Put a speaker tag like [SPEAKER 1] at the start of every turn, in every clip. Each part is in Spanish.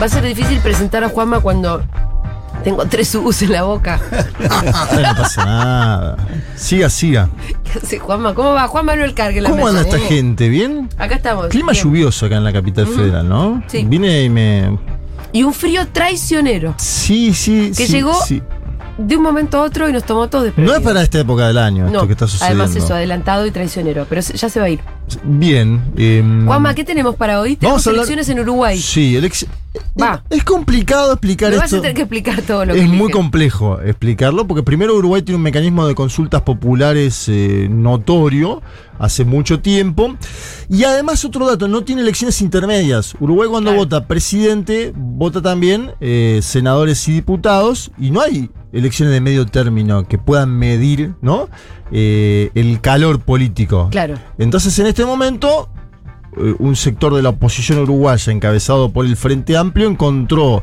[SPEAKER 1] Va a ser difícil presentar a Juanma cuando tengo tres U's en la boca.
[SPEAKER 2] No pasa nada. Siga, siga.
[SPEAKER 1] ¿Qué hace Juanma? ¿Cómo va? Juan Manuel Cargue. Eh,
[SPEAKER 2] ¿Cómo anda esta gente? ¿Bien?
[SPEAKER 1] Acá estamos.
[SPEAKER 2] Clima
[SPEAKER 1] bien.
[SPEAKER 2] lluvioso acá en la capital federal, ¿no?
[SPEAKER 1] Sí.
[SPEAKER 2] Vine y me.
[SPEAKER 1] Y un frío traicionero.
[SPEAKER 2] Sí, sí,
[SPEAKER 1] Que
[SPEAKER 2] sí,
[SPEAKER 1] llegó-
[SPEAKER 2] sí.
[SPEAKER 1] De un momento a otro y nos tomó todos
[SPEAKER 2] No
[SPEAKER 1] desprevenidos.
[SPEAKER 2] es para esta época del año
[SPEAKER 1] No,
[SPEAKER 2] esto que está sucediendo.
[SPEAKER 1] además eso, adelantado y traicionero. Pero se- ya se va a ir.
[SPEAKER 2] Bien. em,
[SPEAKER 1] Juanma, ¿qué tenemos para hoy? Tenemos
[SPEAKER 2] Vamos a hablar-
[SPEAKER 1] elecciones en Uruguay.
[SPEAKER 2] Sí, el ex-
[SPEAKER 1] Va.
[SPEAKER 2] Es complicado explicar
[SPEAKER 1] Me vas
[SPEAKER 2] esto.
[SPEAKER 1] a tener que explicar todo lo que
[SPEAKER 2] Es muy
[SPEAKER 1] eligen.
[SPEAKER 2] complejo explicarlo, porque primero Uruguay tiene un mecanismo de consultas populares eh, notorio hace mucho tiempo. Y además, otro dato, no tiene elecciones intermedias. Uruguay cuando
[SPEAKER 1] Claro.
[SPEAKER 2] vota presidente, vota también eh, senadores y diputados, y no hay elecciones de medio término que puedan medir ¿no? Eh, el calor político.
[SPEAKER 1] Claro.
[SPEAKER 2] Entonces, en este momento, eh, un sector de la oposición uruguaya, encabezado por el Frente Amplio, encontró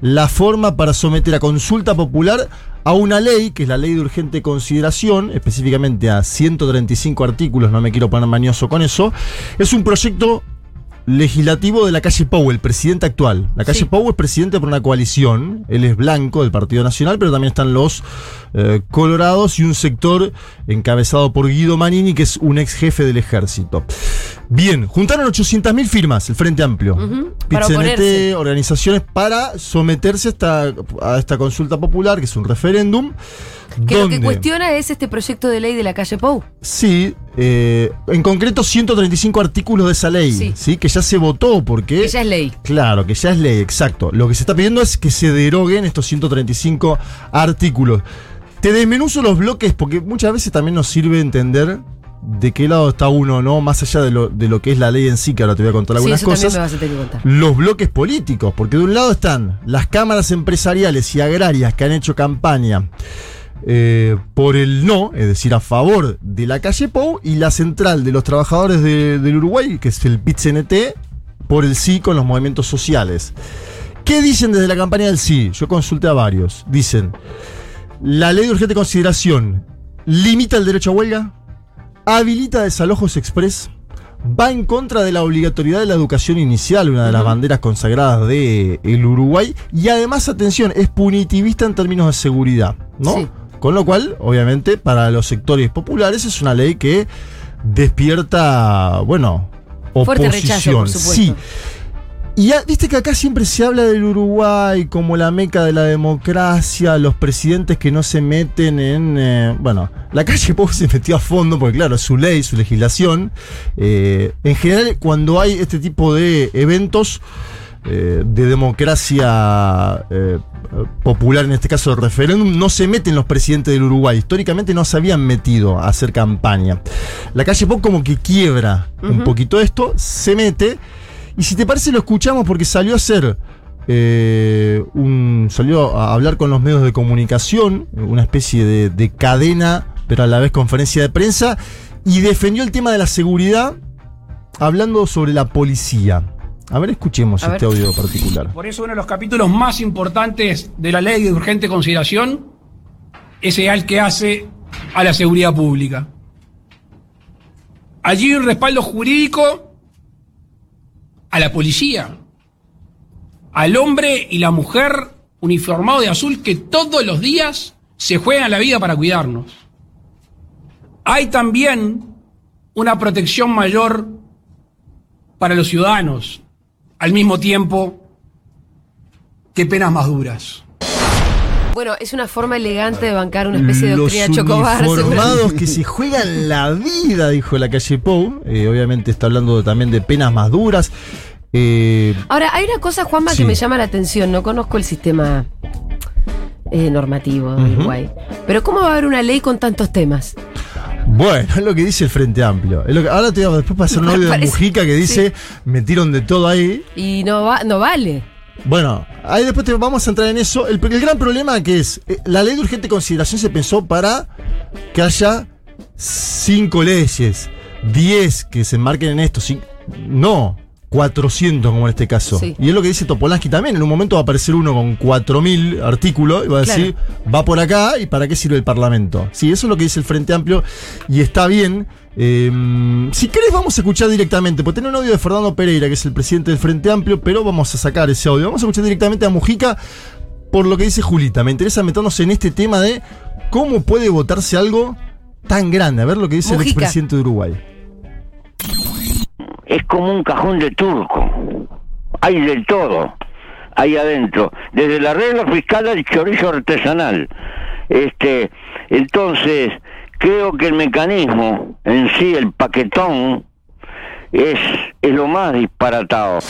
[SPEAKER 2] la forma para someter a consulta popular a una ley, que es la ley de urgente consideración, específicamente a 135 artículos, no me quiero poner mañoso con eso. Es un proyecto legislativo de la calle Powell, presidente actual. La calle
[SPEAKER 1] Sí.
[SPEAKER 2] Powell es presidente por una coalición, él es blanco del Partido Nacional, pero también están los eh, colorados y un sector encabezado por Guido Manini, que es un ex jefe del ejército. Bien, juntaron 800.000 firmas el Frente Amplio.
[SPEAKER 1] Ujú, para oponerse.
[SPEAKER 2] PCNT, organizaciones para someterse a esta, a esta consulta popular, que es un referéndum.
[SPEAKER 1] Que lo que
[SPEAKER 2] donde-
[SPEAKER 1] cuestiona es este proyecto de ley de la calle Pou.
[SPEAKER 2] Sí, eh, en concreto 135 artículos de esa ley,
[SPEAKER 1] Sí.
[SPEAKER 2] sí. que ya se votó porque...
[SPEAKER 1] Que ya es ley.
[SPEAKER 2] Claro, que ya es ley, exacto. Lo que se está pidiendo es que se deroguen estos 135 artículos. Te desmenuzo los bloques porque muchas veces también nos sirve entender de qué lado está uno, ¿no? Más allá de lo, de lo que es la ley en sí, que ahora te voy a contar
[SPEAKER 1] Sí,
[SPEAKER 2] algunas
[SPEAKER 1] eso también
[SPEAKER 2] cosas
[SPEAKER 1] me vas a tener que contar.
[SPEAKER 2] los bloques políticos, porque de un lado están las cámaras empresariales y agrarias que han hecho campaña eh, por el no, es decir, a favor de la calle Pou, y la central de los trabajadores de- del Uruguay, que es el PIT-CNT, por el sí con los movimientos sociales. ¿Qué dicen desde la campaña del sí? Yo consulté a varios. Dicen, la ley de urgente consideración limita el derecho a huelga, habilita desalojos express, va en contra de la obligatoriedad de la educación inicial, una de las banderas consagradas de el Uruguay, y además, atención, es punitivista en términos de seguridad, ¿no?
[SPEAKER 1] Sí.
[SPEAKER 2] Con lo cual, obviamente, para los sectores populares es una ley que despierta, bueno,
[SPEAKER 1] Fuerte
[SPEAKER 2] oposición.
[SPEAKER 1] rechazo, por
[SPEAKER 2] sí.
[SPEAKER 1] supuesto.
[SPEAKER 2] Y ya, viste que acá siempre se habla del Uruguay como la meca de la democracia, los presidentes que no se meten en... eh, bueno, la calle Pau se metió a fondo porque claro, es su ley, su legislación. Eh, en general, cuando hay este tipo de eventos eh, de democracia eh, popular, en este caso el referéndum, no se meten los presidentes del Uruguay. Históricamente no se habían metido a hacer campaña. La calle Pau como que quiebra un
[SPEAKER 1] Ujú.
[SPEAKER 2] poquito esto, se mete. Y si te parece, lo escuchamos porque salió a hacer. eh, un, salió a hablar con los medios de comunicación, una especie de, de cadena, pero a la vez conferencia de prensa, y defendió el tema de la seguridad hablando sobre la policía. A ver, escuchemos
[SPEAKER 1] A ver.
[SPEAKER 2] este audio particular.
[SPEAKER 3] Por eso uno de los capítulos más importantes de la ley de urgente consideración es el que hace a la seguridad pública. Allí un respaldo jurídico a la policía, al hombre y la mujer uniformado de azul que todos los días se juegan la vida para cuidarnos. Hay también una protección mayor para los ciudadanos, al mismo tiempo que penas más duras.
[SPEAKER 1] Bueno, es una forma elegante de bancar una especie de
[SPEAKER 2] Los
[SPEAKER 1] doctrina chocobar.
[SPEAKER 2] uniformados que se juegan la vida, dijo la calle Pou. Eh, obviamente está hablando también de penas más duras. Eh,
[SPEAKER 1] Ahora, hay una cosa, Juanma,
[SPEAKER 2] Sí.
[SPEAKER 1] que me llama la atención. No conozco el sistema eh, normativo de
[SPEAKER 2] Ujú.
[SPEAKER 1] Uruguay. Pero ¿cómo va a haber una ley con tantos temas?
[SPEAKER 2] Bueno, es lo que dice el Frente Amplio. Es lo que- ahora te voy a después pasar un
[SPEAKER 1] Me
[SPEAKER 2] audio de
[SPEAKER 1] parece-
[SPEAKER 2] Mujica que dice, metieron de todo ahí.
[SPEAKER 1] Y no, va, no vale.
[SPEAKER 2] Bueno, ahí después te vamos a entrar en eso. El, el gran problema que es, eh, la ley de urgente consideración se pensó para que haya cinco leyes, diez que se enmarquen en esto. cin- no, 400 como en este caso.
[SPEAKER 1] Sí.
[SPEAKER 2] Y es lo que dice Topolansky también. En un momento va a aparecer uno con 4.000 artículos y va a
[SPEAKER 1] Claro.
[SPEAKER 2] decir, va por acá y para qué sirve el Parlamento. Sí, eso es lo que dice el Frente Amplio y está bien. Eh, si querés vamos a escuchar directamente, porque tiene un audio de Fernando Pereira, que es el presidente del Frente Amplio, pero vamos a sacar ese audio. Vamos a escuchar directamente a Mujica por lo que dice Julita. Me interesa meternos en este tema de cómo puede votarse algo tan grande. A ver lo que dice el
[SPEAKER 1] Mujica.
[SPEAKER 2] expresidente de Uruguay.
[SPEAKER 4] es como un cajón de turco. Hay del todo ahí adentro, desde la regla fiscal al chorizo artesanal. Este, entonces, creo que el mecanismo en sí, el paquetón, es, es lo más disparatado.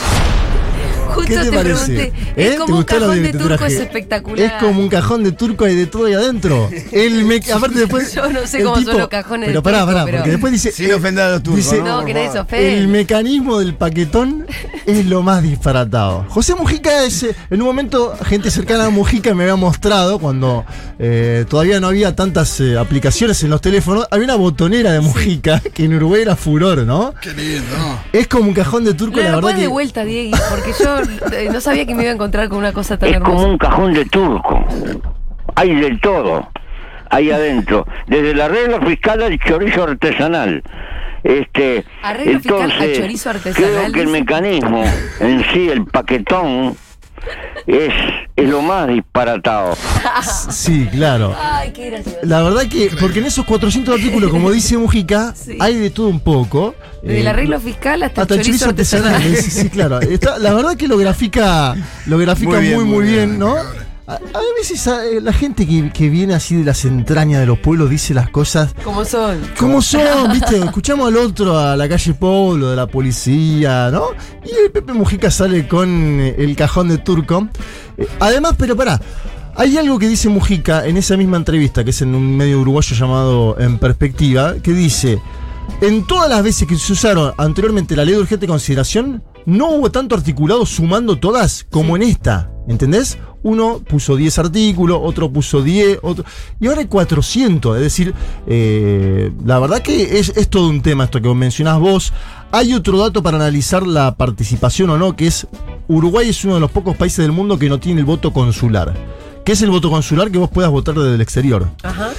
[SPEAKER 2] ¿Qué
[SPEAKER 5] Justo
[SPEAKER 2] te,
[SPEAKER 5] te,
[SPEAKER 2] parece?
[SPEAKER 5] pregunté,
[SPEAKER 2] ¿Eh?
[SPEAKER 5] es
[SPEAKER 2] ¿Te
[SPEAKER 5] como un
[SPEAKER 2] gustó la
[SPEAKER 5] cajón de
[SPEAKER 2] literatura
[SPEAKER 5] turco, es
[SPEAKER 2] que-
[SPEAKER 5] espectacular.
[SPEAKER 2] Es como un cajón de turco y de todo ahí adentro. El me... Aparte después.
[SPEAKER 5] Yo no sé
[SPEAKER 2] el
[SPEAKER 5] cómo son los cajones de
[SPEAKER 2] Pero pará,
[SPEAKER 5] turco,
[SPEAKER 2] pará,
[SPEAKER 5] pero-
[SPEAKER 2] porque después dice.
[SPEAKER 6] Sin ofender a los turcos.
[SPEAKER 2] Dice-
[SPEAKER 5] No, que nadie se ofende.
[SPEAKER 2] El mecanismo del paquetón es lo más disparatado. José Mujica es, eh, en un momento, gente cercana a Mujica me había mostrado, cuando eh, todavía no había tantas eh, aplicaciones en los teléfonos, había una botonera de Mujica, que en Uruguay era furor, ¿no?
[SPEAKER 6] Qué lindo.
[SPEAKER 2] Es como un cajón de turco,
[SPEAKER 5] No,
[SPEAKER 2] la
[SPEAKER 5] no
[SPEAKER 2] verdad
[SPEAKER 5] puedes
[SPEAKER 2] que...
[SPEAKER 5] de vuelta, Diego, porque yo eh, no sabía que me iba a encontrar con una cosa tan
[SPEAKER 4] es como
[SPEAKER 5] hermosa.
[SPEAKER 4] un cajón de turco. Hay del todo ahí adentro, desde la regla fiscal al chorizo artesanal. Este,
[SPEAKER 5] Arreglo fiscal al
[SPEAKER 4] entonces,
[SPEAKER 5] chorizo artesanal,
[SPEAKER 4] Creo que el
[SPEAKER 5] dice.
[SPEAKER 4] mecanismo en sí, el paquetón, es, es lo más disparatado.
[SPEAKER 2] Sí, claro.
[SPEAKER 5] Ay, qué gracioso.
[SPEAKER 2] La verdad que, porque en esos 400 artículos, como dice Mujica,
[SPEAKER 5] Sí.
[SPEAKER 2] hay de todo un poco.
[SPEAKER 5] Desde
[SPEAKER 2] Eh,
[SPEAKER 5] el arreglo fiscal hasta,
[SPEAKER 2] hasta el chorizo artesanal. eh, Sí, sí, claro. Está- la verdad que lo grafica, lo grafica muy,
[SPEAKER 6] Muy bien,
[SPEAKER 2] muy,
[SPEAKER 6] muy
[SPEAKER 2] bien,
[SPEAKER 6] bien,
[SPEAKER 2] ¿no?
[SPEAKER 6] impecable.
[SPEAKER 2] A, a veces eh, la gente que, que viene así de las entrañas de los pueblos dice las cosas
[SPEAKER 5] Como son.
[SPEAKER 2] como son, ¿viste? Escuchamos al otro, a la calle Polo, de la policía, ¿no? Y el Pepe Mujica sale con eh, el cajón de turco. Eh, Además, pero pará. Hay algo que dice Mujica en esa misma entrevista, que es en un medio uruguayo llamado En Perspectiva, que dice, en todas las veces que se usaron anteriormente la ley de urgente consideración, no hubo tanto articulado sumando todas como en esta, ¿entendés? Uno puso 10 artículos, otro puso 10, otro... Y ahora hay 400, es decir, eh, la verdad que es, es todo un tema esto que mencionás vos. Hay otro dato para analizar la participación o no, que es Uruguay es uno de los pocos países del mundo que no tiene el voto consular. ¿Qué es el voto consular? Que vos puedas votar desde el exterior.
[SPEAKER 1] Ajá.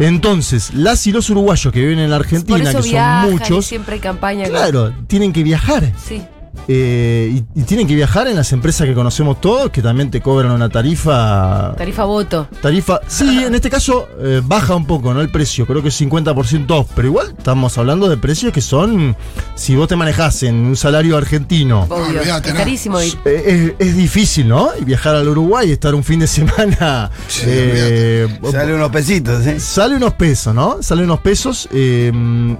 [SPEAKER 2] Entonces, las y los uruguayos que viven en la
[SPEAKER 5] Por
[SPEAKER 2] Argentina,
[SPEAKER 5] eso
[SPEAKER 2] que
[SPEAKER 5] viajan
[SPEAKER 2] son
[SPEAKER 5] y
[SPEAKER 2] muchos,
[SPEAKER 5] siempre hay campaña. con-
[SPEAKER 2] claro, tienen que viajar.
[SPEAKER 5] Sí.
[SPEAKER 2] Eh, y, y tienen que viajar en las empresas que conocemos todos, que también te cobran una tarifa.
[SPEAKER 5] Tarifa voto.
[SPEAKER 2] Tarifa. Sí, en este caso eh, baja un poco, ¿no? El precio, creo que es 50% off, pero igual estamos hablando de precios que son. Si vos te manejás en un salario argentino.
[SPEAKER 5] Obvio.
[SPEAKER 6] olvídate,
[SPEAKER 5] es
[SPEAKER 6] no.
[SPEAKER 5] carísimo. ir.
[SPEAKER 2] eh, Es, es difícil, ¿no? Y viajar al Uruguay y estar un fin de semana.
[SPEAKER 6] Sí,
[SPEAKER 2] eh,
[SPEAKER 6] Sale unos pesitos, ¿eh?
[SPEAKER 2] Sale unos pesos, ¿no? Sale unos pesos. eh,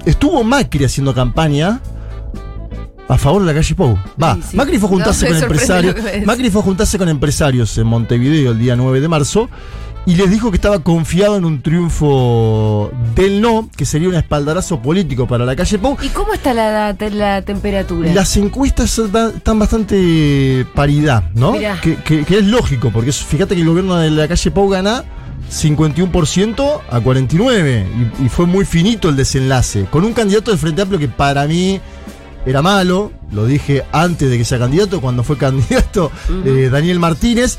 [SPEAKER 2] estuvo Macri haciendo campaña a favor de la calle Pou. Va,
[SPEAKER 5] Sí, sí.
[SPEAKER 2] Macri fue a juntarse
[SPEAKER 5] No, me
[SPEAKER 2] con
[SPEAKER 5] sorprende
[SPEAKER 2] empresarios.
[SPEAKER 5] lo que ves.
[SPEAKER 2] Macri fue a juntarse con empresarios en Montevideo el día 9 de marzo y les dijo que estaba confiado en un triunfo del no, que sería un espaldarazo político para la calle Pou.
[SPEAKER 5] ¿Y cómo está la, la- la temperatura?
[SPEAKER 2] Las encuestas da- están bastante paridad, ¿no?
[SPEAKER 5] Mirá.
[SPEAKER 2] Que, que- que es lógico, porque es- fíjate que el gobierno de la calle Pau gana 51% a 49%, y, y fue muy finito el desenlace, con un candidato del Frente Amplio que para mí era malo, lo dije antes de que sea candidato, cuando fue candidato eh, Daniel Martínez.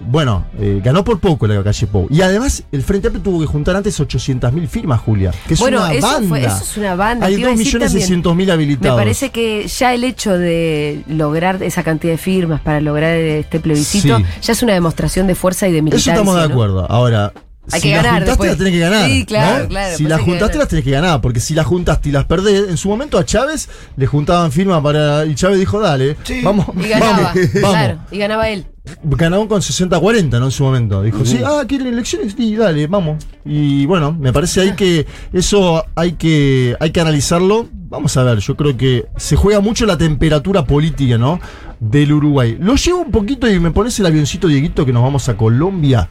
[SPEAKER 2] Bueno, eh, ganó por poco la calle Pau. Y además, el Frente Amplio tuvo que juntar antes 800.000 firmas, Julia. Que es
[SPEAKER 5] bueno,
[SPEAKER 2] una
[SPEAKER 5] eso,
[SPEAKER 2] banda.
[SPEAKER 5] Fue, eso es una banda.
[SPEAKER 2] Hay
[SPEAKER 5] te iba a
[SPEAKER 2] 2.600.000
[SPEAKER 5] decir también. Me
[SPEAKER 2] habilitados.
[SPEAKER 5] parece que ya el hecho de lograr esa cantidad de firmas para lograr este plebiscito
[SPEAKER 2] Sí.
[SPEAKER 5] ya es una demostración de fuerza y de
[SPEAKER 2] Eso
[SPEAKER 5] militancia.
[SPEAKER 2] estamos de
[SPEAKER 5] ¿no?
[SPEAKER 2] acuerdo. Ahora,
[SPEAKER 5] Hay
[SPEAKER 2] si
[SPEAKER 5] que
[SPEAKER 2] las
[SPEAKER 5] ganar
[SPEAKER 2] juntaste,
[SPEAKER 5] después.
[SPEAKER 2] las tenés que ganar.
[SPEAKER 5] Sí, claro,
[SPEAKER 2] ¿no?
[SPEAKER 5] claro,
[SPEAKER 2] Si
[SPEAKER 5] pues
[SPEAKER 2] las
[SPEAKER 5] hay que
[SPEAKER 2] juntaste,
[SPEAKER 5] ganar.
[SPEAKER 2] las tenés que ganar. Porque si las juntaste y las perdés, en su momento a Chávez le juntaban firma para. Y Chávez dijo, dale,
[SPEAKER 6] Sí.
[SPEAKER 2] vamos,
[SPEAKER 5] Y ganaba,
[SPEAKER 2] vamos,
[SPEAKER 5] claro,
[SPEAKER 2] vamos.
[SPEAKER 5] y ganaba él.
[SPEAKER 2] Ganaron con 60-40, ¿no? En su momento. Dijo, sí, ah, quieren elecciones, sí, dale, vamos. Y bueno, me parece ahí que eso hay que, hay que analizarlo. Vamos a ver, yo creo que se juega mucho la temperatura política, ¿no? Del Uruguay. Lo llevo un poquito y me pones el avioncito, Dieguito, que nos vamos a Colombia.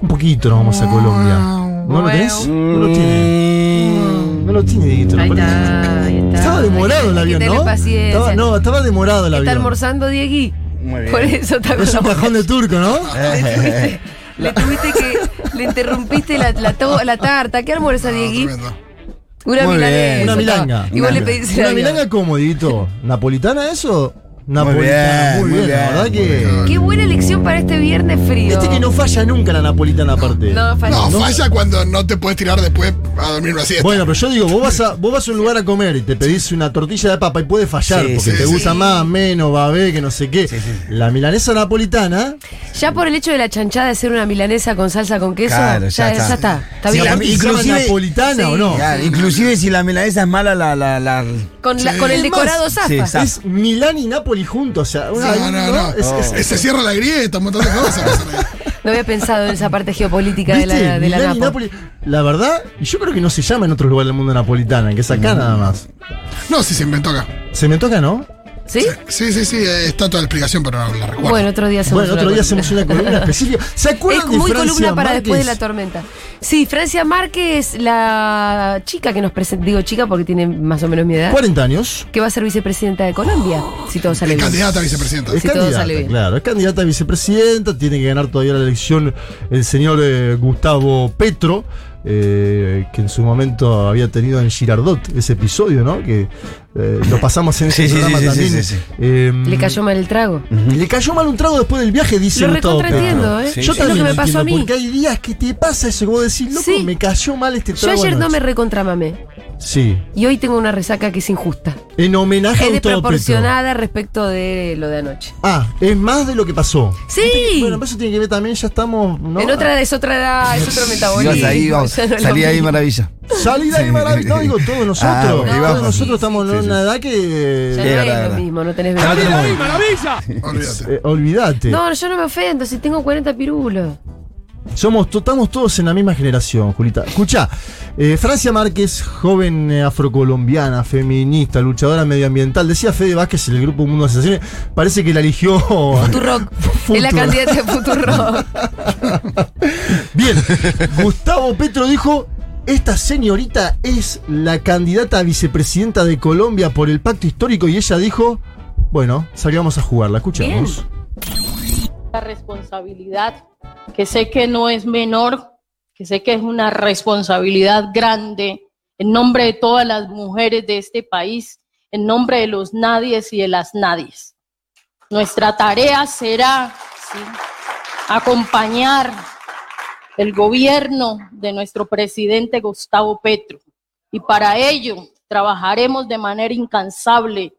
[SPEAKER 2] Un poquito nos vamos a Colombia. ¿No lo tenés? No lo tiene. No lo tiene, Dieguito. lo
[SPEAKER 5] Mm. Ahí
[SPEAKER 2] pones.
[SPEAKER 5] está, ahí está.
[SPEAKER 2] Estaba demorado
[SPEAKER 5] Hay
[SPEAKER 2] el
[SPEAKER 5] que
[SPEAKER 2] avión,
[SPEAKER 5] tener
[SPEAKER 2] ¿no?
[SPEAKER 5] paciencia.
[SPEAKER 2] Estaba, no, estaba demorado el
[SPEAKER 5] Está
[SPEAKER 2] avión.
[SPEAKER 5] almorzando Diegui.
[SPEAKER 6] Muy bien.
[SPEAKER 5] Por eso está con
[SPEAKER 2] Es
[SPEAKER 5] la
[SPEAKER 2] un
[SPEAKER 5] boca-
[SPEAKER 2] cajón de turco, ¿no?
[SPEAKER 5] Le tuviste, le tuviste que. Le interrumpiste la, la, to- la tarta. ¿Qué almuerza,
[SPEAKER 6] No,
[SPEAKER 5] Diegui?
[SPEAKER 6] tremendo.
[SPEAKER 5] Una
[SPEAKER 6] Muy bien.
[SPEAKER 5] milanesa.
[SPEAKER 2] Una
[SPEAKER 5] está.
[SPEAKER 2] milanga.
[SPEAKER 5] Y vos le pedís el
[SPEAKER 2] ¿Una
[SPEAKER 5] avión.
[SPEAKER 2] milanga cómo, Dieguito? ¿Napolitana eso? Napolitana,
[SPEAKER 6] bien,
[SPEAKER 2] muy bien,
[SPEAKER 6] muy
[SPEAKER 2] la
[SPEAKER 6] bien,
[SPEAKER 2] verdad
[SPEAKER 6] muy
[SPEAKER 2] que.
[SPEAKER 6] bien.
[SPEAKER 5] Qué buena elección para este viernes frío.
[SPEAKER 2] Viste que no falla nunca la napolitana aparte.
[SPEAKER 5] No, falla.
[SPEAKER 7] No, falla cuando no te puedes tirar después a dormir una siesta.
[SPEAKER 2] Bueno, pero yo digo, vos vas a, vos vas a un lugar a comer y te pedís una tortilla de papa y puede fallar,
[SPEAKER 6] Sí,
[SPEAKER 2] porque
[SPEAKER 6] sí,
[SPEAKER 2] te
[SPEAKER 7] sí.
[SPEAKER 2] gusta más, menos, va a ver, que no sé qué. La milanesa napolitana,
[SPEAKER 5] Ya por el hecho de la chanchada de ser una milanesa con salsa con queso,
[SPEAKER 6] Claro,
[SPEAKER 5] ya,
[SPEAKER 6] ya
[SPEAKER 5] ya está.
[SPEAKER 6] está.
[SPEAKER 5] Está
[SPEAKER 6] Sí,
[SPEAKER 5] bien.
[SPEAKER 6] la-
[SPEAKER 2] aparte se llama
[SPEAKER 6] inclusive-
[SPEAKER 2] napolitana o
[SPEAKER 5] Sí.
[SPEAKER 2] no.
[SPEAKER 6] Claro, inclusive si la milanesa es mala, la, la, la-
[SPEAKER 5] Con, la-
[SPEAKER 7] Sí.
[SPEAKER 5] con el
[SPEAKER 7] Es
[SPEAKER 5] decorado
[SPEAKER 6] más,
[SPEAKER 5] zafa.
[SPEAKER 6] sí, zafa.
[SPEAKER 2] Es Milán y Nápoles juntos, o sea, una-
[SPEAKER 7] No, no, no.
[SPEAKER 2] Es- es-
[SPEAKER 7] Se cierra la grieta, un montón de cosas.
[SPEAKER 5] No había pensado en esa parte geopolítica de
[SPEAKER 2] ¿viste?
[SPEAKER 5] la, de la
[SPEAKER 2] Milán y
[SPEAKER 5] Napo.
[SPEAKER 2] Nápoles. La verdad, y yo creo que no se llama en otros lugares del mundo napolitana, que es acá nada más.
[SPEAKER 7] No, sí se inventó acá.
[SPEAKER 2] Se me toca, ¿no?
[SPEAKER 5] ¿Sí?
[SPEAKER 7] Sí, sí, sí, eh, está toda la explicación, pero no la recuerdo.
[SPEAKER 5] Bueno, otro día hacemos
[SPEAKER 2] Bueno, otro
[SPEAKER 5] una
[SPEAKER 2] día
[SPEAKER 5] columna.
[SPEAKER 2] hacemos una columna específica. ¿Se
[SPEAKER 5] Es
[SPEAKER 2] acuerdan de
[SPEAKER 5] muy
[SPEAKER 2] Francia
[SPEAKER 5] columna para
[SPEAKER 2] Márquez?
[SPEAKER 5] después de la tormenta. Sí, Francia Márquez, la chica que nos presenta, digo chica porque tiene más o menos mi edad,
[SPEAKER 2] 40 años.
[SPEAKER 5] que va a ser vicepresidenta de Colombia, si todo sale
[SPEAKER 7] Es
[SPEAKER 5] bien.
[SPEAKER 7] candidata a vicepresidenta.
[SPEAKER 2] Es
[SPEAKER 5] Si todo
[SPEAKER 2] candidata,
[SPEAKER 5] sale bien.
[SPEAKER 2] claro, es candidata a vicepresidenta, tiene que ganar todavía la elección el señor eh, Gustavo Petro, eh, que en su momento había tenido en Girardot ese episodio, ¿no? Que eh, lo pasamos en ese
[SPEAKER 6] Sí, sí,
[SPEAKER 2] programa
[SPEAKER 6] sí, sí,
[SPEAKER 2] también.
[SPEAKER 6] sí, sí, sí.
[SPEAKER 2] Em,
[SPEAKER 5] Le cayó mal el trago.
[SPEAKER 6] Mm.
[SPEAKER 2] le cayó mal un trago después del viaje, dice
[SPEAKER 5] Lo
[SPEAKER 2] Gustavo Petro.
[SPEAKER 5] recontratiendo, ¿eh?
[SPEAKER 2] Yo
[SPEAKER 6] Sí,
[SPEAKER 5] es lo
[SPEAKER 2] también
[SPEAKER 5] que me
[SPEAKER 2] lo
[SPEAKER 5] pasó a
[SPEAKER 2] entiendo,
[SPEAKER 5] mí.
[SPEAKER 2] Porque hay días que te pasa eso, que vos decís, loco,
[SPEAKER 5] Sí.
[SPEAKER 2] me cayó mal este
[SPEAKER 5] Yo
[SPEAKER 2] trago.
[SPEAKER 5] ayer no me
[SPEAKER 2] anoche.
[SPEAKER 5] recontramamé
[SPEAKER 2] Sí,
[SPEAKER 5] y hoy tengo una resaca que es injusta.
[SPEAKER 2] en homenaje
[SPEAKER 5] Es
[SPEAKER 2] a Gustavo Petro.
[SPEAKER 5] desproporcionada respecto de lo de anoche.
[SPEAKER 2] Ah, es más de lo que pasó.
[SPEAKER 5] Sí,
[SPEAKER 2] Bueno, pero eso tiene que ver también, ya estamos... ¿no?
[SPEAKER 5] en otra es otra edad, es otro metabolismo.
[SPEAKER 6] Ibas ahí, vamos,
[SPEAKER 5] ya no es lo
[SPEAKER 6] salí ahí,
[SPEAKER 5] mismo.
[SPEAKER 6] maravilla.
[SPEAKER 2] Salida y
[SPEAKER 6] Sí.
[SPEAKER 2] maravilla. No, digo todos nosotros.
[SPEAKER 6] Ah, ok,
[SPEAKER 2] todos
[SPEAKER 6] vamos.
[SPEAKER 2] nosotros estamos en
[SPEAKER 6] Sí, sí,
[SPEAKER 2] una
[SPEAKER 6] sí.
[SPEAKER 2] edad que. eh,
[SPEAKER 5] Ya
[SPEAKER 6] Sí,
[SPEAKER 5] no
[SPEAKER 6] verdad,
[SPEAKER 5] es lo
[SPEAKER 6] verdad.
[SPEAKER 5] mismo, no tenés
[SPEAKER 2] no
[SPEAKER 5] 20.
[SPEAKER 2] tenemos-
[SPEAKER 7] Olvídate.
[SPEAKER 2] eh, olvídate.
[SPEAKER 5] No, yo no me ofendo, si tengo 40 pirulos.
[SPEAKER 2] Somos, to- estamos todos en la misma generación, Julita. Escucha, Francia Márquez, joven eh, afrocolombiana, feminista, luchadora medioambiental, decía Fede Vázquez en el grupo Mundo de Sensaciones, parece que la eligió.
[SPEAKER 5] Futurock. Es la
[SPEAKER 2] Futurock.
[SPEAKER 5] candidata de Futurock.
[SPEAKER 2] Bien, Gustavo Petro dijo. Esta señorita es la candidata a vicepresidenta de Colombia por el pacto histórico y ella dijo, bueno, salgamos a jugarla, escuchamos.
[SPEAKER 5] Bien.
[SPEAKER 8] la responsabilidad, que sé que no es menor, que sé que es una responsabilidad grande, en nombre de todas las mujeres de este país, en nombre de los nadies y de las nadies. Nuestra tarea será sí, acompañar el gobierno de nuestro presidente Gustavo Petro y para ello trabajaremos de manera incansable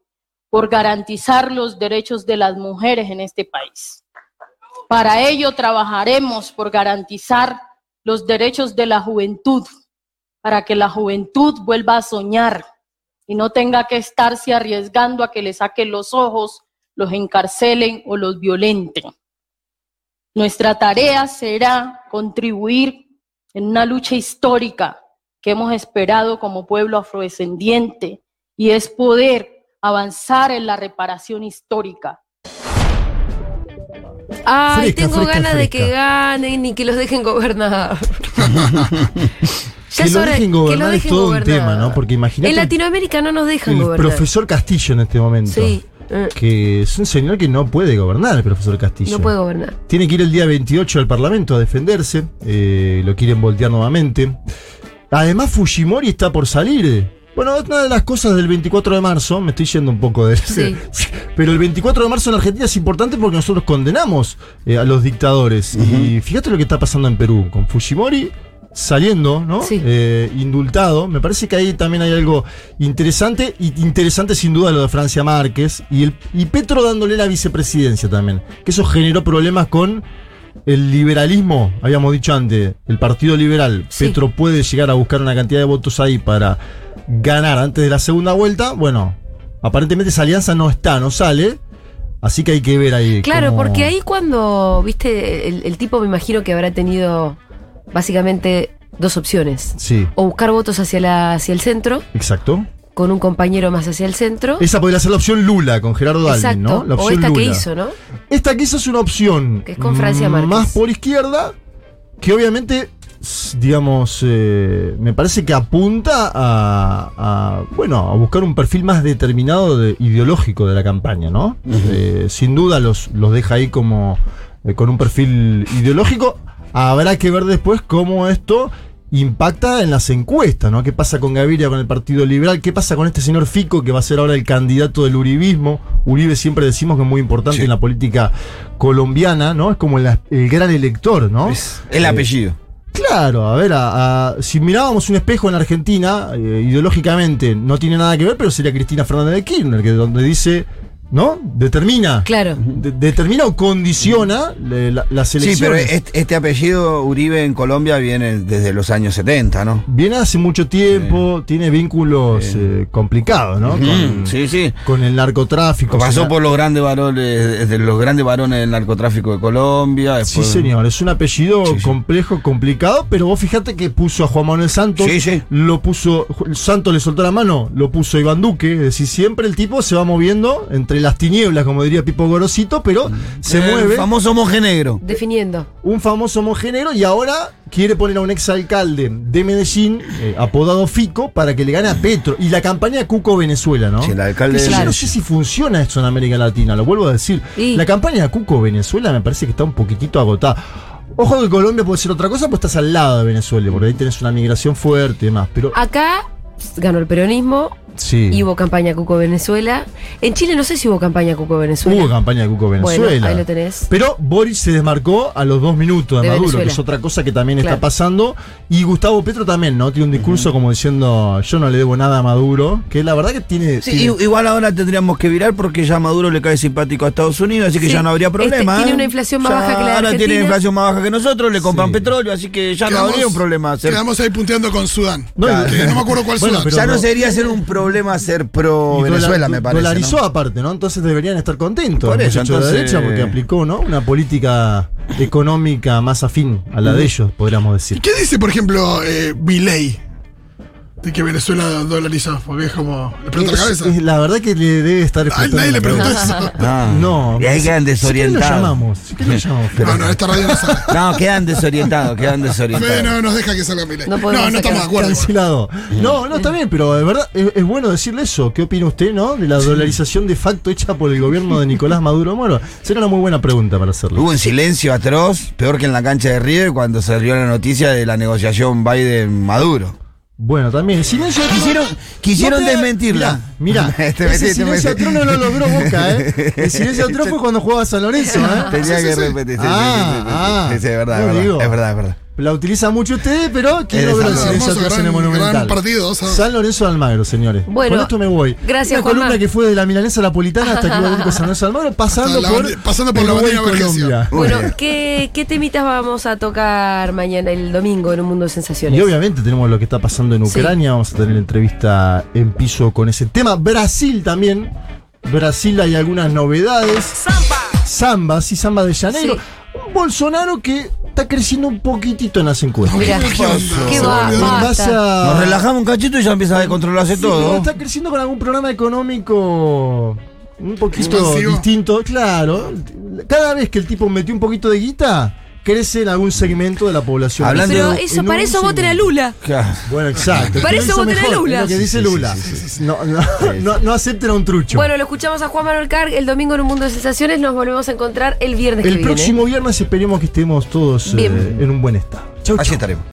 [SPEAKER 8] por garantizar los derechos de las mujeres en este país. Para ello trabajaremos por garantizar los derechos de la juventud, para que la juventud vuelva a soñar y no tenga que estarse arriesgando a que le saquen los ojos, los encarcelen o los violenten. Nuestra tarea será contribuir en una lucha histórica que hemos esperado como pueblo afrodescendiente y es poder avanzar en la reparación histórica
[SPEAKER 5] Ay,
[SPEAKER 2] Fresca,
[SPEAKER 5] tengo
[SPEAKER 2] fresca,
[SPEAKER 5] ganas de
[SPEAKER 2] fresca.
[SPEAKER 5] que ganen y que los dejen gobernar. Ya
[SPEAKER 2] que
[SPEAKER 5] es
[SPEAKER 2] lo
[SPEAKER 5] hora-
[SPEAKER 2] dejen
[SPEAKER 5] que lo
[SPEAKER 2] gobernar es
[SPEAKER 5] dejen
[SPEAKER 2] todo un
[SPEAKER 5] gobernar.
[SPEAKER 2] tema, ¿no? Porque imagínate
[SPEAKER 5] En Latinoamérica no nos dejan
[SPEAKER 2] el
[SPEAKER 5] gobernar.
[SPEAKER 2] profesor Castillo en este momento.
[SPEAKER 5] Sí, eh,
[SPEAKER 2] Que es un señor que no puede gobernar, el profesor Castillo.
[SPEAKER 5] no puede gobernar.
[SPEAKER 2] Tiene que ir el día 28 al Parlamento a defenderse. eh, lo quieren voltear nuevamente. Además, Fujimori está por salir. Bueno, una de las cosas del 24 de marzo, me estoy yendo un poco de...
[SPEAKER 5] Sí.
[SPEAKER 2] Pero el 24 de marzo en Argentina es importante porque nosotros condenamos eh, a los dictadores. Y fíjate lo que está pasando en Perú, con Fujimori saliendo, ¿no?
[SPEAKER 5] Sí.
[SPEAKER 2] Eh, indultado. Me parece que ahí también hay algo interesante, y interesante sin duda lo de Francia Márquez, y, el, y Petro dándole la vicepresidencia también, que eso generó problemas con el liberalismo, habíamos dicho antes, el Partido Liberal,
[SPEAKER 5] Sí.
[SPEAKER 2] Petro puede llegar a buscar una cantidad de votos ahí para ganar antes de la segunda vuelta. Bueno, aparentemente esa alianza no está, no sale. Así que hay que ver ahí.
[SPEAKER 5] Claro,
[SPEAKER 2] cómo-
[SPEAKER 5] porque ahí cuando, viste, el, el tipo me imagino que habrá tenido básicamente dos opciones.
[SPEAKER 2] Sí,
[SPEAKER 5] O buscar votos hacia, la, hacia el centro,
[SPEAKER 2] exacto.
[SPEAKER 5] con un compañero más hacia el centro.
[SPEAKER 2] Esa podría ser la opción Lula con Gerardo Dalmin,
[SPEAKER 5] Exacto.
[SPEAKER 2] ¿no? La
[SPEAKER 5] o
[SPEAKER 2] opción
[SPEAKER 5] esta que
[SPEAKER 2] Lula.
[SPEAKER 5] hizo, ¿no?
[SPEAKER 2] Esta que hizo es una opción.
[SPEAKER 5] Que es con Francia Márquez.
[SPEAKER 2] Más por izquierda, que obviamente, s- digamos, eh, me parece que apunta a, a, bueno, a buscar un perfil más determinado de- ideológico de la campaña, ¿no? Eh, sin duda los, los deja ahí como eh, con un perfil ideológico. Habrá que ver después cómo esto impacta en las encuestas, ¿no? ¿Qué pasa con Gaviria, con el Partido Liberal? ¿Qué pasa con este señor Fico que va a ser ahora el candidato del Uribismo? Uribe siempre decimos que es muy importante
[SPEAKER 6] Sí.
[SPEAKER 2] en la política colombiana, ¿no? Es como la- el gran elector, ¿no?
[SPEAKER 6] Es el
[SPEAKER 2] Eh,
[SPEAKER 6] apellido.
[SPEAKER 2] Claro, a ver, a- a- si mirábamos un espejo en Argentina, eh, ideológicamente no tiene nada que ver, pero sería Cristina Fernández de Kirchner, que donde dice, ¿no? Determina.
[SPEAKER 5] Claro.
[SPEAKER 2] De- determina o condiciona eh, la- las
[SPEAKER 6] Sí,
[SPEAKER 2] elecciones.
[SPEAKER 6] pero este, este apellido Uribe en Colombia viene desde los años 70, ¿no?
[SPEAKER 2] Viene hace mucho tiempo, tiene vínculos eh, complicados, ¿no?
[SPEAKER 6] Mm,
[SPEAKER 2] Con,
[SPEAKER 6] sí, sí.
[SPEAKER 2] con el narcotráfico.
[SPEAKER 6] Pasó
[SPEAKER 2] Una-
[SPEAKER 6] por los grandes varones, de los grandes varones del narcotráfico de Colombia.
[SPEAKER 2] Sí,
[SPEAKER 6] después-
[SPEAKER 2] señor, es un apellido
[SPEAKER 6] Sí, sí.
[SPEAKER 2] complejo, complicado, pero vos fijate que puso a Juan Manuel Santos,
[SPEAKER 6] Sí, sí.
[SPEAKER 2] lo puso, Ju- Santos le soltó la mano, lo puso Iván Duque, es decir, siempre el tipo se va moviendo entre las tinieblas, como diría Pipo Gorosito, pero se
[SPEAKER 6] El
[SPEAKER 2] mueve.
[SPEAKER 6] famoso monje negro.
[SPEAKER 5] Definiendo.
[SPEAKER 2] un famoso mongenero y ahora quiere poner a un exalcalde de Medellín, eh, apodado Fico, para que le gane a Petro. Y la campaña Cuco Venezuela, ¿no?
[SPEAKER 6] Sí, el alcalde
[SPEAKER 2] Que
[SPEAKER 6] de
[SPEAKER 2] yo
[SPEAKER 6] Medellín.
[SPEAKER 2] no sé si funciona esto en América Latina, lo vuelvo a decir.
[SPEAKER 5] Y-
[SPEAKER 2] La campaña Cuco Venezuela me parece que está un poquitito agotada. Ojo que Colombia puede ser otra cosa, pues estás al lado de Venezuela, porque ahí tenés una migración fuerte y demás. Pero
[SPEAKER 5] Acá pues, ganó el peronismo
[SPEAKER 2] sí.
[SPEAKER 5] Ah, y hubo campaña Cuco Venezuela. En Chile no sé si hubo campaña Cuco Venezuela.
[SPEAKER 2] Hubo campaña de Cuco Venezuela.
[SPEAKER 5] Bueno, ahí lo tenés.
[SPEAKER 2] Pero Boris se desmarcó a los dos minutos
[SPEAKER 5] De
[SPEAKER 2] de, Maduro,
[SPEAKER 5] Venezuela.
[SPEAKER 2] que es otra cosa que también
[SPEAKER 5] Claro.
[SPEAKER 2] está pasando. Y Gustavo Petro también, ¿no? Tiene un discurso como diciendo, yo no le debo nada a Maduro, que la verdad que tiene...
[SPEAKER 6] Sí,
[SPEAKER 2] tiene-
[SPEAKER 6] i- igual ahora tendríamos que virar porque ya Maduro le cae simpático a Estados Unidos, así que
[SPEAKER 5] Sí,
[SPEAKER 6] ya no habría
[SPEAKER 5] este,
[SPEAKER 6] problema.
[SPEAKER 5] tiene
[SPEAKER 6] ¿eh?
[SPEAKER 5] una inflación más
[SPEAKER 6] Ya
[SPEAKER 5] baja que la de
[SPEAKER 6] Ahora tiene
[SPEAKER 5] Argentina.
[SPEAKER 6] inflación más baja que nosotros, le compran
[SPEAKER 2] Sí.
[SPEAKER 6] petróleo, así que ya no habría un problema hacer.
[SPEAKER 7] Quedamos ahí punteando con Sudán.
[SPEAKER 2] No,
[SPEAKER 6] Claro.
[SPEAKER 7] Que no me acuerdo cuál
[SPEAKER 2] Bueno,
[SPEAKER 7] Sudán.
[SPEAKER 2] pero
[SPEAKER 6] ya no,
[SPEAKER 2] no-
[SPEAKER 6] sería ser un problema ser
[SPEAKER 2] y
[SPEAKER 6] pro
[SPEAKER 2] dola-
[SPEAKER 6] Venezuela, me parece. ¿no?
[SPEAKER 2] Dolarizó aparte, ¿no? Entonces deberían estar contentos.
[SPEAKER 6] Por
[SPEAKER 2] los
[SPEAKER 6] eso,
[SPEAKER 2] muchachos de la
[SPEAKER 6] entonces-
[SPEAKER 2] derecha,
[SPEAKER 7] eh,
[SPEAKER 2] porque aplicó, ¿no? Una política económica más afín a la de ellos, podríamos
[SPEAKER 7] ¿Y
[SPEAKER 2] decir.
[SPEAKER 7] qué dice, por ejemplo, eh, Milei? De que Venezuela dolarizó, porque es como. Le pregunto la
[SPEAKER 2] Es-
[SPEAKER 7] cabeza.
[SPEAKER 2] es- la verdad que le debe estar
[SPEAKER 7] Ay, nadie
[SPEAKER 2] explotando
[SPEAKER 7] le
[SPEAKER 2] la
[SPEAKER 7] preguntó
[SPEAKER 2] cabeza.
[SPEAKER 7] eso.
[SPEAKER 6] Ah,
[SPEAKER 2] No.
[SPEAKER 6] Y ahí
[SPEAKER 2] ¿Sí que
[SPEAKER 6] quedan
[SPEAKER 2] lo
[SPEAKER 6] desorientados.
[SPEAKER 2] llamamos? ¿Sí que lo llamamos?
[SPEAKER 7] No, no, esta radio no sabe.
[SPEAKER 6] No, quedan desorientados, quedan
[SPEAKER 7] Fede
[SPEAKER 6] desorientados.
[SPEAKER 7] no nos deja que salga Milei.
[SPEAKER 5] No
[SPEAKER 7] No,
[SPEAKER 5] podemos
[SPEAKER 7] no, estamos de
[SPEAKER 5] sacar-
[SPEAKER 7] acuerdo. igual.
[SPEAKER 2] Cancelado. No, no, está bien, pero de verdad es, es bueno decirle eso. ¿Qué opina usted, no? De la dolarización de facto hecha por el gobierno de Nicolás Maduro Moro. Será una muy buena pregunta para hacerlo.
[SPEAKER 6] Hubo un silencio atroz, peor que en la cancha de River cuando salió la noticia de la negociación Biden-Maduro.
[SPEAKER 2] Bueno, también, silencio.
[SPEAKER 6] Ah, Quisieron- quisieron desmentirla.
[SPEAKER 2] Mira,
[SPEAKER 6] Te metí,
[SPEAKER 2] ese
[SPEAKER 6] te
[SPEAKER 2] silencio
[SPEAKER 6] metí.
[SPEAKER 2] atrás no lo logró Boca, ¿eh? El silencio atrás fue cuando jugaba San Lorenzo, ¿eh?
[SPEAKER 6] Tenía que
[SPEAKER 2] Ah,
[SPEAKER 6] repetir. Ah, sí, sí, sí, sí, sí.
[SPEAKER 2] ah.
[SPEAKER 6] Sí, sí, es
[SPEAKER 2] No
[SPEAKER 6] verdad, es verdad,
[SPEAKER 2] digo.
[SPEAKER 6] es verdad, es verdad.
[SPEAKER 2] La utiliza mucho ustedes, pero ¿quién
[SPEAKER 6] Es
[SPEAKER 2] logró el
[SPEAKER 6] San
[SPEAKER 2] silencio
[SPEAKER 7] Lorenzo,
[SPEAKER 2] atrás en
[SPEAKER 7] gran-
[SPEAKER 2] el Monumental?
[SPEAKER 7] gran partido, San-
[SPEAKER 2] San Lorenzo de Almagro, señores.
[SPEAKER 5] Bueno,
[SPEAKER 2] Con esto me voy.
[SPEAKER 5] gracias,
[SPEAKER 2] Una columna
[SPEAKER 5] Juanma.
[SPEAKER 2] que fue de la milanesa a la Napolitana hasta que iba a San Lorenzo de Almagro, pasando
[SPEAKER 7] Hasta la
[SPEAKER 2] por,
[SPEAKER 7] bande- pasando por la
[SPEAKER 2] Uruguay y
[SPEAKER 7] bandera Vergesio.
[SPEAKER 2] Colombia.
[SPEAKER 6] Muy
[SPEAKER 5] Bueno,
[SPEAKER 6] bien.
[SPEAKER 5] ¿qué, ¿qué temitas vamos a tocar mañana, el domingo, en un mundo de sensaciones?
[SPEAKER 2] Y obviamente tenemos lo que está pasando en
[SPEAKER 5] Sí.
[SPEAKER 2] Ucrania, vamos a tener entrevista en piso con ese tema. Brasil también. Brasil hay algunas novedades. Samba. Samba, sí, Samba de Janeiro. Un Bolsonaro que está creciendo un poquitito en las encuestas.
[SPEAKER 5] Mirá,
[SPEAKER 7] ¿Qué onda?
[SPEAKER 5] qué
[SPEAKER 7] Se
[SPEAKER 5] va-
[SPEAKER 7] volvió-
[SPEAKER 5] va-
[SPEAKER 2] Vas a-
[SPEAKER 6] Nos relajamos un cachito y ya empieza a descontrolarse
[SPEAKER 2] Ah. Sí,
[SPEAKER 6] todo.
[SPEAKER 2] Está creciendo con algún programa económico un poquito
[SPEAKER 7] Expansivo.
[SPEAKER 2] distinto. Claro. Cada vez que el tipo metió un poquito de guita, crece en algún segmento de la población.
[SPEAKER 6] Hablando-
[SPEAKER 5] Pero
[SPEAKER 6] en
[SPEAKER 5] eso,
[SPEAKER 2] un
[SPEAKER 5] para eso voten a
[SPEAKER 2] segmento.
[SPEAKER 5] Lula.
[SPEAKER 6] Claro.
[SPEAKER 2] Bueno, exacto.
[SPEAKER 5] Para
[SPEAKER 2] Lo
[SPEAKER 5] eso
[SPEAKER 2] hizo
[SPEAKER 5] voten a
[SPEAKER 2] mejor,
[SPEAKER 5] Lula.
[SPEAKER 2] es Lo que dice
[SPEAKER 6] Sí, sí,
[SPEAKER 2] Lula.
[SPEAKER 6] sí,
[SPEAKER 2] No, no, no- no acepten a un trucho.
[SPEAKER 5] Bueno, lo escuchamos a Juan Manuel Carg el domingo en un mundo de sensaciones. Nos volvemos a encontrar el viernes que
[SPEAKER 2] el
[SPEAKER 5] viene.
[SPEAKER 2] próximo viernes esperemos que estemos todos eh,
[SPEAKER 5] Bien.
[SPEAKER 2] en un buen estado. Chau,
[SPEAKER 6] Así
[SPEAKER 2] chau.
[SPEAKER 6] estaremos.